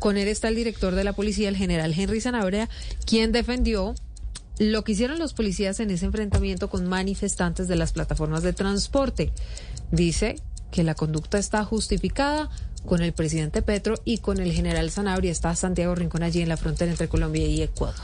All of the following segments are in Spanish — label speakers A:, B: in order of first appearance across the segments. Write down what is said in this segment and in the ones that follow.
A: Con él está el director de la policía, el general Henry Sanabria, quien defendió lo que hicieron los policías en ese enfrentamiento con manifestantes de las plataformas de transporte. Dice que la conducta está justificada con el presidente Petro y con el general Sanabria. Está Santiago Rincón allí en la frontera entre Colombia y Ecuador.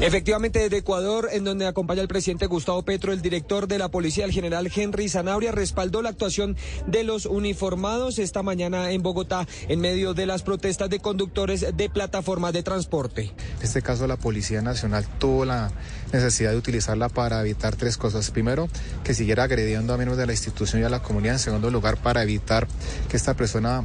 B: Efectivamente, desde Ecuador, en donde acompaña el presidente Gustavo Petro, el director de la policía, el general Henry Sanabria, respaldó la actuación de los uniformados esta mañana en Bogotá en medio de las protestas de conductores de plataformas de transporte.
C: En este caso, la Policía Nacional tuvo la necesidad de utilizarla para evitar tres cosas. Primero, que siguiera agrediendo a miembros de la institución y a la comunidad. En segundo lugar, para evitar que esta persona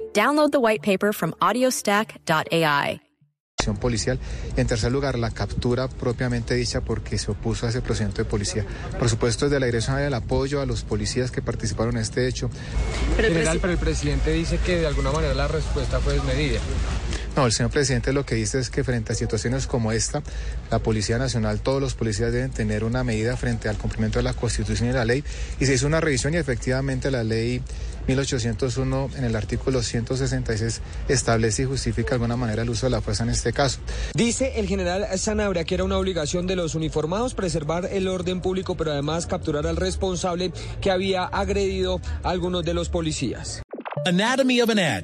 D: download the white paper from audiostack.ai.
C: acción policial. En tercer lugar, la captura propiamente dicha porque se opuso a ese procedimiento de policía. Por supuesto, desde la dirección hay el apoyo a los policías que participaron en este hecho.
B: General, pero el presidente dice que de alguna manera la respuesta fue desmedida.
C: No, el señor presidente lo que dice es que frente a situaciones como esta, la Policía Nacional, todos los policías deben tener una medida frente al cumplimiento de la Constitución y la ley. Y se hizo una revisión y efectivamente la ley 1801 en el artículo 166 establece y justifica de alguna manera el uso de la fuerza en este caso.
B: Dice el general Sanabria que era una obligación de los uniformados preservar el orden público, pero además capturar al responsable que había agredido a algunos de los policías.
E: Anatomy of an ad.